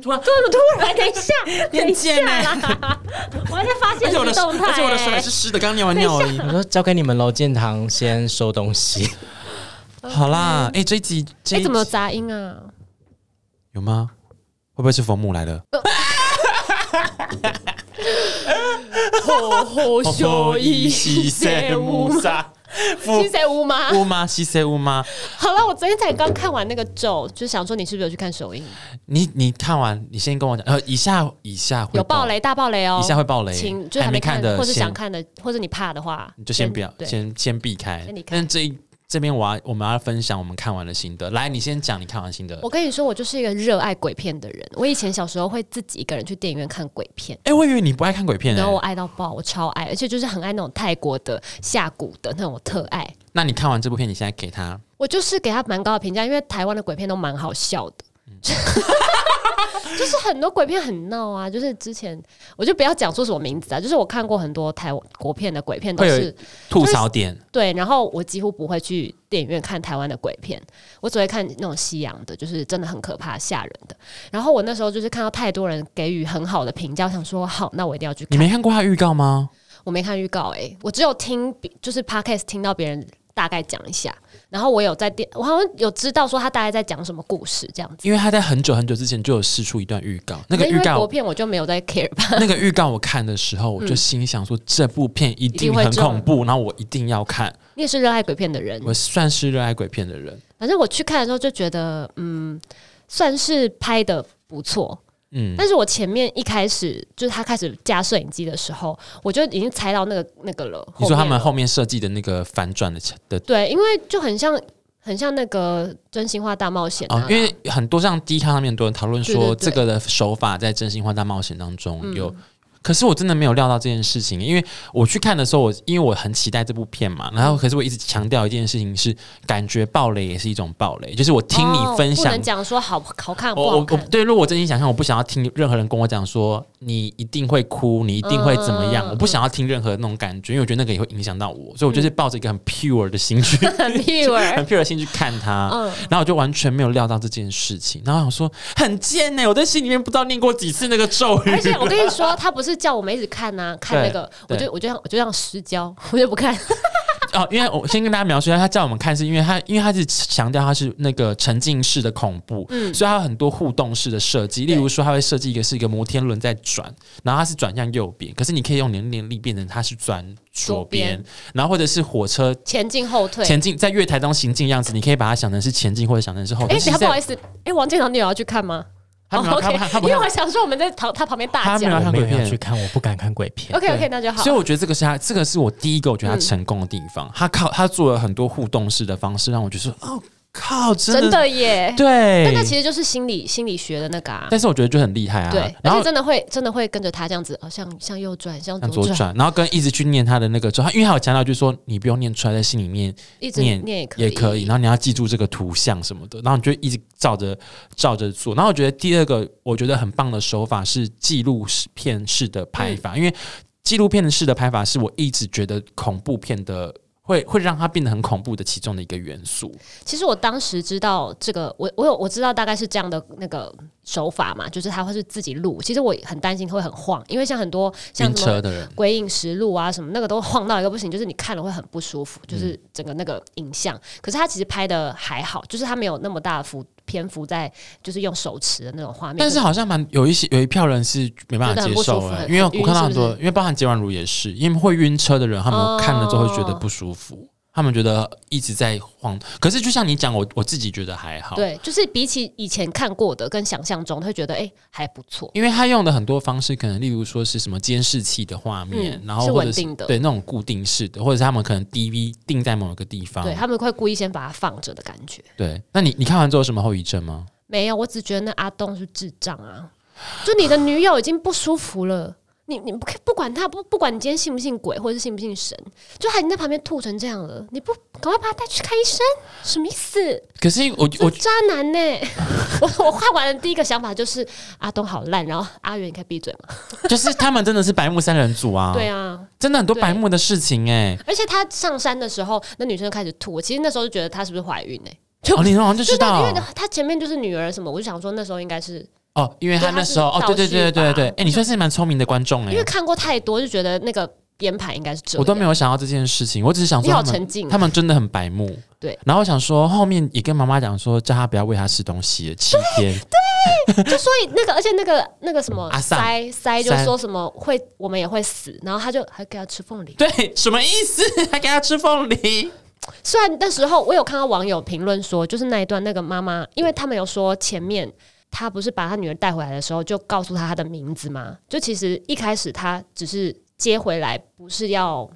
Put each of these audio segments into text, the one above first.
突然，这么突然？等一 下，等一下啦！ 我还在发而现且我的实手，动态、欸而且我的手还是湿的，刚尿完尿而已。我说交给你们楼建堂先收东西，好啦，哎、这一集这哎、一集怎么有杂音 啊？有吗？会不会是冯木来了？吼吼西塞乌沙，夫西塞乌吗？乌吗？西塞乌吗？好了，我昨天才刚看完那个咒，就想说你是不是有去看首映？你你看完，你先跟我讲。呃，以下以下会有爆，雷，大爆雷哦！以下会爆雷，请就还还没没看的或是先想看的，或者你怕的话，你就先不要，对，先先避开先离。开但这一这边我要我们要分享我们看完的心得。来，你先讲你看完心得。我跟你说，我就是一个热爱鬼片的人。我以前小时候会自己一个人去电影院看鬼片，哎、我以为你不爱看鬼片、然后我欸，爱到爆，我超爱，而且就是很爱那种泰国的下蛊的那种，我特爱。那你看完这部片，你现在给他我就是给他蛮高的评价，因为台湾的鬼片都蛮好笑的。嗯 就是很多鬼片很闹啊，就是之前我就不要讲出什么名字啊，就是我看过很多台国片的鬼片都会是有吐槽点，对，然后我几乎不会去电影院看台湾的鬼片，我只会看那种西洋的，就是真的很可怕、吓人的。然后我那时候就是看到太多人给予很好的评价，我想说好，那我一定要去你看。没看过他的预告吗？我没看预告诶、我只有听别就是 podcast 听到别人大概讲一下，然后我有在电，我好像有知道说他大概在讲什么故事这样子。因为他在很久很久之前就有试出一段预告，那个可是预因为国告，片我嗯就没有在 care 吧，那个预告我看的时候，我就心想说这部片一一定定会很中恐怖，然后我一定要看。你也是热爱鬼片的人，我算是热爱鬼片的人，反正我去看的时候就觉得，嗯，算是拍的不错，嗯，但是我前面一开始就是他开始架摄影机的时候，我就已经猜到那个那个了。你说他们后面后面设计的那个反转的的了对，因为就很像很像那个真心话大冒险啊啊，，因为很多像 D 卡上面很多人讨论说，对对对嗯这个的手法在《真心话大冒险》当中有。可是我真的没有料到这件事情，因为我去看的时候，我因为我很期待这部片嗯嘛，然后可是我一直强调一件事情是，感觉暴雷也是一种暴雷，就是我听你哦分不享能讲说好好看不我我好我看。对，如果我真心想象，我不想要听任何人跟我讲说你一定会哭，你一定会怎么样，嗯我不想要听任何那种感觉，因为我觉得那个也会影响到我，所以我就是抱着一个很 pure 的心去， 很 pure 很 pure 的心去看它，嗯然后我就完全没有料到这件事情，然后我想说很贱欸呢、我在心里面不知道念过几次那个咒 语，而且我跟你说，他不是叫我们一直看呐、看那个，我对就我就让我就让失焦， 我就不看。哦，因为我先跟大家描述一下，他叫我们看是因为他，因为他是强调他是那个沉浸式的恐怖，所以他有很多互动式的设计，嗯例对如说他会设计一个是一个摩天轮在转，然后它是转向右边，可是你可以用你的念力变成它是转左左边边，然后或者是火车。前进后退。前进在月台中行进的样子，你可以把它想成是前进或者想成是后退。哎，其等一实下不在好意思，哎，王建堂，你有要去看吗？哦他没有他不他他不因为看我想说我们在他他旁边大 他没有讲。我看没鬼有要片去看，我不敢看鬼片。 OK 对 OK，那就好。嗯所以我觉得这个是他，这个是我第一个我觉得他成功的地方。他靠他做了很多互动式的方式，让我觉得说，哦靠，真的哎真的耶，对。但那其实就是心理心理学的那个啊。但是我觉得就很厉害啊。对，而然后且真的会真的会跟着他这样子，哦，向向右转，向向左左转，转，然后跟一直去念他的那个咒，他因为他有强调就是说你不用念出来，在心里面一直念念也可以，也可以，然后你要记住这个图像什么的，然后你就一直照着照着做。然后我觉得第二个我觉得很棒的手法是纪录片式的拍法，嗯因为纪录片式的拍法是我一直觉得恐怖片的。会会让它变得很恐怖的其中的一个元素，其实我当时知道这个，我我有我知道大概是这样的那个手法嘛，就是他会是自己录。其实我很担心会很晃，因为像很多像晕什车么。的人，鬼影实录啊，什么那个都晃到一个不行，就是你看了会很不舒服，就是整个那个影像。可是他其实拍的还好，就是他没有那么大的幅篇幅在，就是用手持的那种画面。但是好像蛮有一些有一票人是没办法觉得很接受不舒服哎、很因为我看到很多，很晕是不因为包含结婉如也是，因为会晕车的人，他们哦看了之后会觉得不舒服，他们觉得一直在晃。可是就像你讲，我我自己觉得还好，，对，就是比起以前看过的跟想象中，他会觉得哎、还不错。因为他用的很多方式，可能例如说是什么监视器的画面，嗯然后是或者稳定的对那种固定式的，或者是他们可能 DV 定在某一个地方，对他们会故意先把它放着的感觉。对那你你看完之后有什么后遗症吗？没有，我只觉得那阿东是智障啊！就你的女友已经不舒服了，你你不不管他不不管你今天信不信鬼或者是信不信神，就还你在旁边吐成这样了，你不赶快把他带去看医生，什么意思？可是我这 我渣男呢、我我画完的第一个想法就是阿东好烂，然后阿元你可以闭嘴嘛？就是他们真的是白目三人组啊，对啊，真的很多白对目的事情哎、而且他上山的时候，那女生就开始吐，我其实那时候就觉得她是不是怀孕呢、就哦，你好像就知对，因道为，她前面就是女儿什么，我就想说那时候应该是哦，因为他对他那时候是哦，对对对对对倒叙法对，哎、你算是蛮聪明的观众哎、因为看过太多，就觉得那个编排应该是这样。我都没有想到这件事情，我只是想你说好他们沉静，他们真的很白目。对，然后我想说后面也跟妈妈讲说，叫她不要喂她吃东西了，七天。就所以那个，而且那个那个什么阿丧塞塞就塞说什么会我们也会死，然后他就还给他吃凤 梨。对，什么意 思？还给她吃凤梨？虽然那时候我有看到网友评论说，就是那一段那个妈妈，因为他们有说前面她不是把她女儿带回来的时候就告诉她她的名字吗？就其实一开始她只是接回来，不是要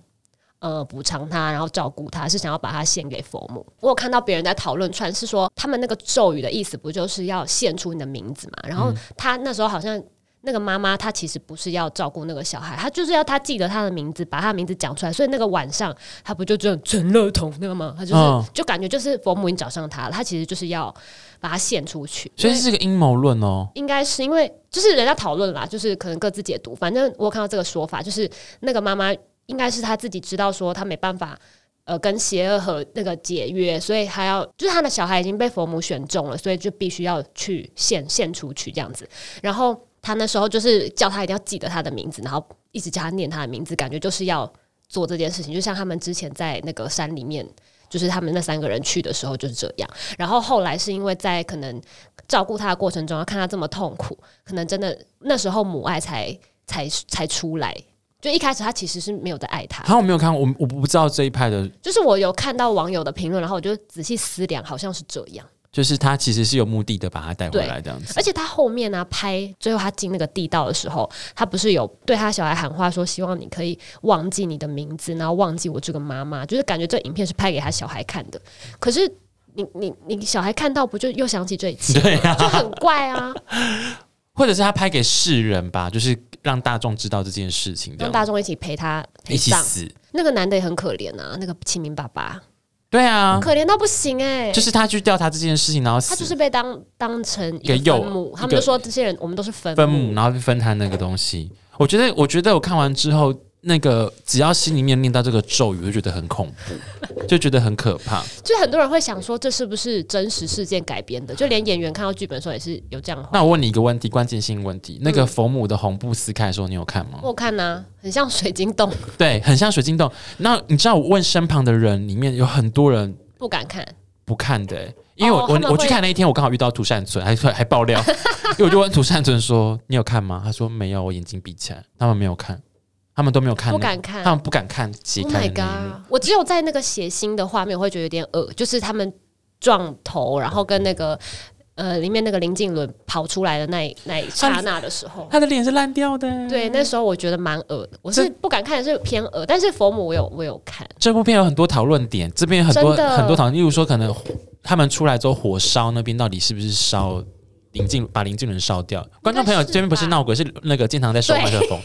呃补偿她，然后照顾她，是想要把她献给佛母。我有看到别人在讨论传是说他们那个咒语的意思不就是要献出你的名字嘛？然后她那时候好像。那个妈妈她其实不是要照顾那个小孩，她就是要她记得她的名字，把她的名字讲出来。所以那个晚上，她不就这样陈乐彤那个吗？她就是、嗯就感觉就是佛母已经找上她了，她其实就是要把她献出去。 所以这是个阴谋论哦。应该是因为就是人家讨论啦，就是可能各自解读。反正我有看到这个说法，就是那个妈妈应该是她自己知道说她没办法。呃，跟邪恶和那个解约，所以还要就是她的小孩已经被佛母选中了，所以就必须要去献献出去这样子。然后她那时候就是叫她一定要记得她的名字，然后一直叫她念她的名字，感觉就是要做这件事情。就像他们之前在那个山里面，就是他们那三个人去的时候就是这样。然后后来是因为在可能照顾他的过程中，要看他这么痛苦，可能真的那时候母爱才才才出来。就一开始他其实是没有在爱他，好，我没有看过，我我不知道这一派的，就是我有看到网友的评论，然后我就仔细思量，好像是这样。就是他其实是有目的的把她带回来这样子。而且他后面呢、啊拍最后他进那个地道的时候，他不是有对他小孩喊话说，希望你可以忘记你的名字，然后忘记我这个妈妈，就是感觉这影片是拍给他小孩看的。可是你你你小孩看到不就又想起这一切， 对啊，就很怪啊，或者是他拍给世人吧，就是让大众知道这件事情， 这让样大众一起陪他陪一起葬。死。那个男的也很可怜啊，那个启明爸爸对啊，可怜到不行哎、就是他去调查这件事情，然后他就死是被当当成一一个个诱分母，他一们个就说这些人我们都是分母，分母，然后去分摊那个东西。我觉得，我觉得我看完之后，那个只要心里面念到这个咒语，我就觉得很恐 怖，就觉得很可怕。就很多人会想说这是不是真实事件改编的？就连演员看到剧本的时候也是有这样的话。那我问你一个问题，关键性问题，那个佛母的红布撕开的时候，你有看吗？嗯我看呐、啊很像水晶洞， 对，很像水晶洞。那你知道我问身旁的人，里面有很多人不敢看。不看的、欸因为我、哦他们我我会去看那一天，我刚好遇到涂善存，还还 爆料，因为我就问涂善存说：“你有看吗？”他说：“没有，我眼睛闭起来。”他们没有看，他们都没有看、那不敢看他们不敢看解 Oh 开 my 的那一幕。 god！我只有在那个血腥的画面，我会觉得有点恶，就是他们撞头，然后跟那个呃里面那个林静伦跑出来的那一那一刹那的时候，他的脸是烂掉的、欸。对，那时候我觉得蛮恶的。我是不敢看，是偏恶，但是佛母我有我有看， 这部片有很多讨论点，这边有很多真的很多讨论，例如说可能他们出来之后火烧那边到底是不是烧林静把林静伦烧掉？观众朋友应该是吧这边不是闹鬼，是那个建堂在收麦克风，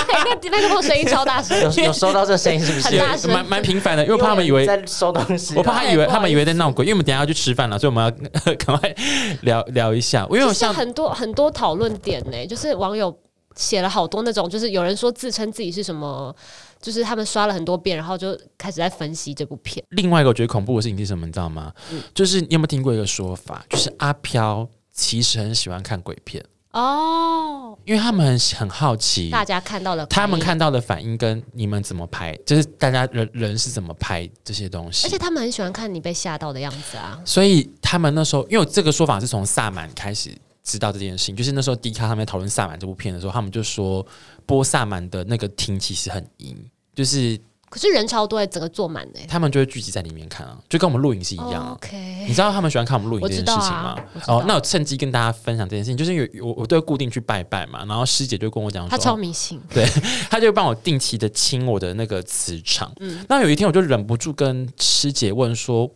对，那那个风声音超大声， 有有收到这声音是 不是？很大声蛮蛮频繁的，因为我怕他们以为。在收东西、我怕他以对为不好意思他们以为在闹鬼，因为我们等一下要去吃饭了，所以我们要 赶快聊聊一下。因为我就是像很多很多讨论点呢、就是网友写了好多那种，就是有人说自称自己是什么，就是他们刷了很多遍，然后就开始在分析这部片。另外一个我觉得恐怖的事情是什么，你知道吗？嗯就是你有没有听过一个说法，就是阿飘其实很喜欢看鬼片，哦，因为他们很很好奇，大家看到了，他们，看到的反应跟你们怎么拍，就是大家人人是怎么拍这些东而西且。他们很喜欢看你被吓到的样子啊。所以他们那时候，因为我这个说法是从萨满开始知道这件事情，就是那时候迪卡他们在讨论萨满这部片的时候，他们就说播萨满的那个厅其实很阴，就是可是人超多、欸，整个坐满的、欸。他们就会聚集在里面看啊，就跟我们录影是一样啊。 o k 你知道他们喜欢看我们录影我这件知事道情吗？啊，哦哎我知哦道，那我趁机跟大家分享这件事情，就是因为我我都会固定去拜拜嘛，然后师姐就跟我讲说，他超迷信，他就帮我定期的清我的那个磁场。嗯那有一天我就忍不住跟师姐问说：“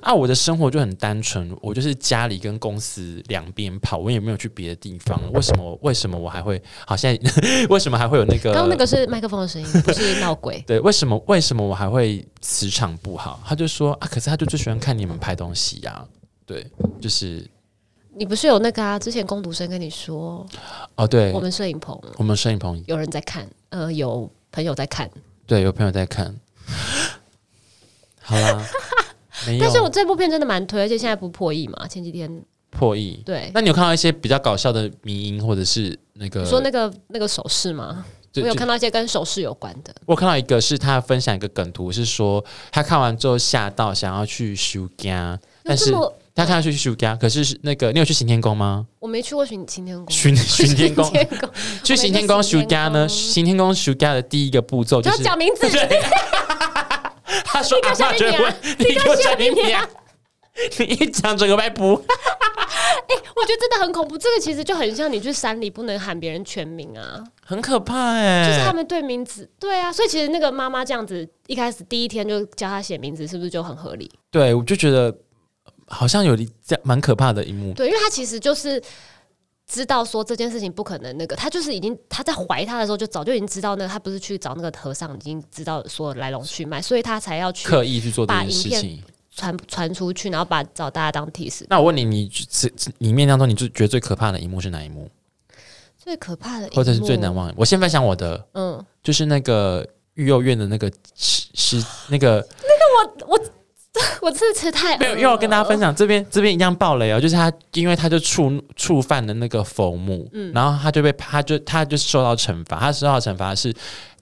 啊，我的生活就很单纯，我就是家里跟公司两边跑，我也没有去别的地方，为什么？为什么我还会好像 为什么还会有那个？。刚刚那个是麦克风的声音，不是闹鬼 对，为什么为什么我还会磁场不好？”他就说：“啊，可是他就最喜欢看你们拍东西呀、对，就是你不是有那个啊？之前工读生跟你说，哦，对我，们摄影棚我们摄影棚有人在看，呃，有朋友在看，对有朋友在看， 好啦，没 有。但是我这部片真的蛮推，而且现在不破亿嘛，前几天破译。对，那你有看到一些比较搞笑的迷音，或者是那个？你说那个那个手势吗？我就有就看到一些跟手势有关的，我看到一个是他分享一个梗图，是说他看完之后吓到想要去修家，但有是这么他看到去修家，可是是那个你有去行天宫吗？我没去过巡擎天宫， 巡巡天宫巡，天宫，去行天宫修家呢？行天宫修家的第一个步骤不就要是 讲名字，他说你给我阿下妈面就点会问啊你给我下下面面点点啊啊， 你一讲整个拜不。我觉得真的很恐怖。这个其实就很像你去山里不能喊别人全名啊，很可怕哎、就是他们对名字，对啊。所以其实那个妈妈这样子，一开始第一天就教他写名字，是不是就很合理？对我就觉得好像有一这样蛮可怕的一幕，对，因为他其实就是知道说这件事情不可能那个，他就是已经他在怀他的时候就早就已经知道那个，他不是去找那个和尚，已经知道所有来龙去脉，所以他才要去刻意去做这把件影事片情。传传出去，然后把找大家当替死。那我问你，你这这里面当中，你最觉得最可怕的一幕是哪一幕，最可怕的一幕，或者是最难忘的？我先分享我的，嗯，就是那个育幼院的那个师师 那个 我这次太没有，因为我跟大家分享，享这边这边一样爆雷哦，就是他因为他就触触犯了那个佛母，嗯然后他就被他就他就受到惩罚，他受到惩罚是。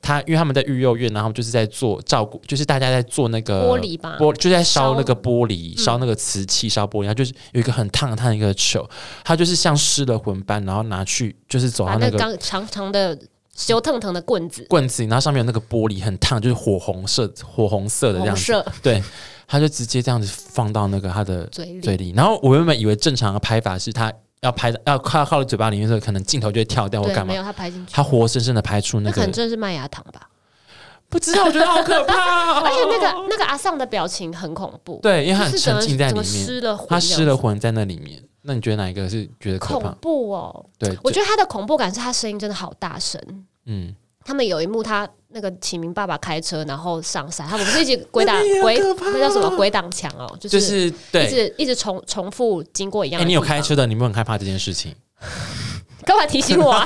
他因为他们在育幼院，然后就是在做照顾，就是大家在做那个呃玻璃吧呃玻就在烧嗯烧嗯那个玻璃，烧那个瓷器，烧玻璃。他就是有一个很烫很烫的一个球，他就是像失了魂般，然后拿去就是走把到那那个个钢长长的修腾腾的棍子，棍子，然后上面有那个玻璃很烫，就是火红色火红色的这样红子，色对，他就直接这样子放到那个他的嘴里，嘴里。然后我原本以为正常的拍法是他要拍要靠靠到嘴巴里面的时候，可能镜头就会跳掉或对，干没嘛。有他拍进去，他活生生的拍出那那可个能，真的是麦芽糖吧。不知道，我觉得好可 怕、哦。而且那个那个阿尚的表情很恐怖，对，因为他哎就很是整沉个浸在整里个面，失了魂，他失了，魂在那里面。那你觉得哪一个是觉得可怕恐？怖哦！对，我就觉得他的恐怖感是他声音真的好大声。嗯，他们有一幕，他那个启明爸爸开车，然后上山，他们不是一直鬼打 那边也鬼，好可怕哦那叫什么鬼挡墙哦，就就是是一对。直一直重重复经过一样哎、的地方。你有开车的，你们很害怕这件事情，干嘛提醒我 啊？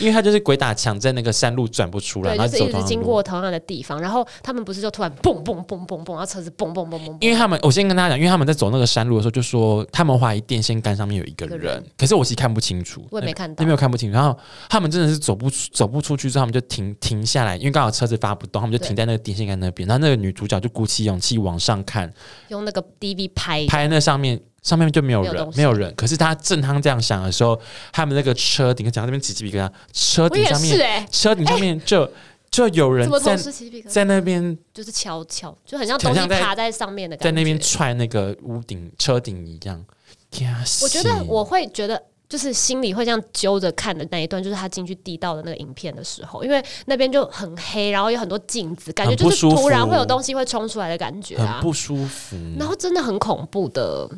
因为他就是鬼打墙，在那个山路转不出来，对，然就是后走一同直样的经路过同样的地方，然后他们不是就突然蹦蹦蹦蹦蹦，然后车子蹦蹦蹦蹦蹦，因为他们，我先跟大家讲，因为他们在走那个山路的时候，就说他们怀疑电线杆上面有一个人，一个人可是我其实看不清楚，我也没看到那边有看不清楚。然后他们真的是走不出，走不出去之后，他们就停停下来，因为刚好车子发不动，他们就对停在那个电线杆那边。然后那个女主角就鼓起勇气往上看，用那个 DV 拍，拍那上面。上面就没有人没有东，西没有人。可是她正当这样想的时候，他们那个车顶，讲到那边起鸡皮疙瘩，车我顶也上是面，哎，车顶上面就就有人怎么在总是起鸡皮疙瘩？在那边就是敲敲，就很像很东像西在爬在上面的感觉。在那边踹那个屋顶车顶一样。啊吓死我觉得我会觉得。就是心里会这样揪着看的那一段，就是他进去地道的那个影片的时候，因为那边就很黑，然后有很多镜子，感觉很不就是舒服突然会有东西会冲出来的感觉啊很，不舒服。然后真的很恐怖的。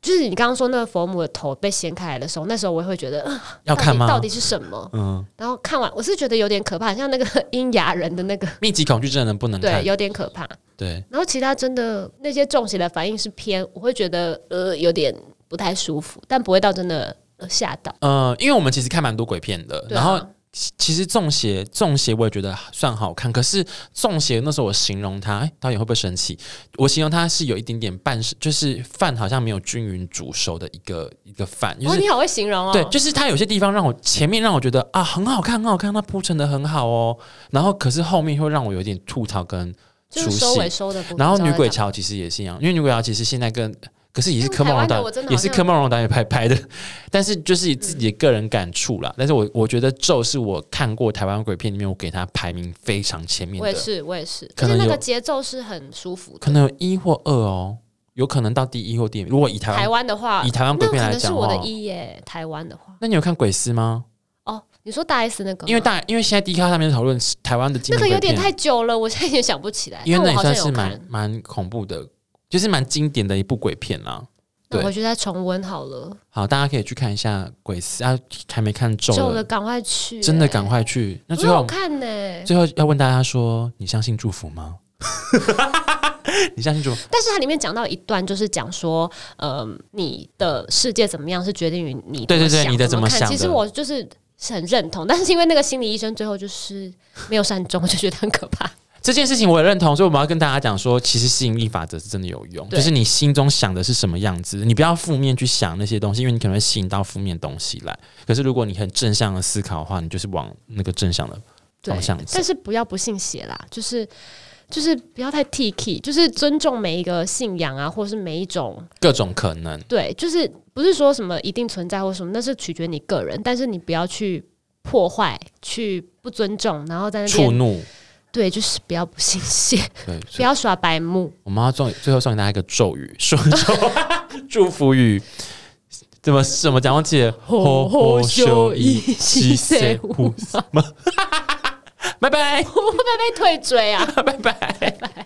就是你刚刚说那个佛母的头被掀开来的时候，那时候我也会觉得，呃要看吗？到底到底是什么？嗯，然后看完，我是觉得有点可怕，像那个阴牙人的那个，密集恐惧症的人不能对，看。有点可怕。对，然后其他真的那些中邪的反应是偏，我会觉得呃有点不太舒服，但不会到真的呃吓到。嗯，因为我们其实看蛮多鬼片的，对然啊后。其其实中邪，中邪我也觉得算好看。可是中邪那时候我形容它，哎，导演会不会生气？我形容它是有一点点半，就是饭好像没有均匀煮熟的一个一个饭，就哦，是你好会形容哦，对，就是它有些地方让我前面让我觉得啊很好看，很好看，它铺陈的很好哦。然后可是后面会让我有点吐槽跟就是出收戏尾收的不。然后不知道女在鬼干桥其实也是一样，因为女鬼桥其实现在跟可是也是但柯台梦龙湾的导我真的也好是像柯梦龙导演拍拍的，但是就是自己的个人感触啦。但是我我觉得咒是我看过台湾鬼片里面，我给它排名非常前嘛面我也的，是，我也是，可可能是那有个节奏是很舒服的。可能有一或二哦，有可能到第一或第二。如果以台台湾湾的话，以台湾那鬼可片来能是讲我话的，一耶。台湾的话，那你有看鬼丝吗？哦，你说大 S 那个吗，因为大因为现在 D 咖上面讨论台湾的经那典个有鬼点片，太久了，我现在也想不起来。因为但我那也好算像有是蛮看，蛮恐怖的，就是蛮经典的一部鬼片啦。那对我回去再重温好了。好，大家可以去看一下《鬼丝》啊，还没看咒救的了，赶快去，真的哎赶快去。那很最好后，看呢。最后要问大家说，你相信祝福吗？ 你相信祝福？但是它里面讲到一段，就是讲说，嗯，你的世界怎么样是决定于你对对对想你的怎么看想的其实我 就是是很认同，但是因为那个心理医生最后就是没有善终，我就觉得很可怕。这件事情我也认同，所以我们要跟大家讲说，其实吸引力法则是真的有用，对就是你心中想的是什么样子，你不要负面去想那些东西，因为你可能会吸引到负面东西来。可是如果你很正向的思考的话，你就是往那个正向的对方向，走但是不要不信邪啦，就是就是不要太 T K，就是尊重每一个信仰啊，或是每一种各种可能。对，就是不是说什么一定存在或什么，那是取决你个人，但是你不要去破坏、去不尊重，然后在那触边怒，对，就是不要不信邪，对，不要耍白目。我们要送最后送给大家一个咒语，说咒祝福语，怎么怎么讲？忘记了，吼吼修一西塞呼，我拜 拜，会不会被退追啊？拜拜。哦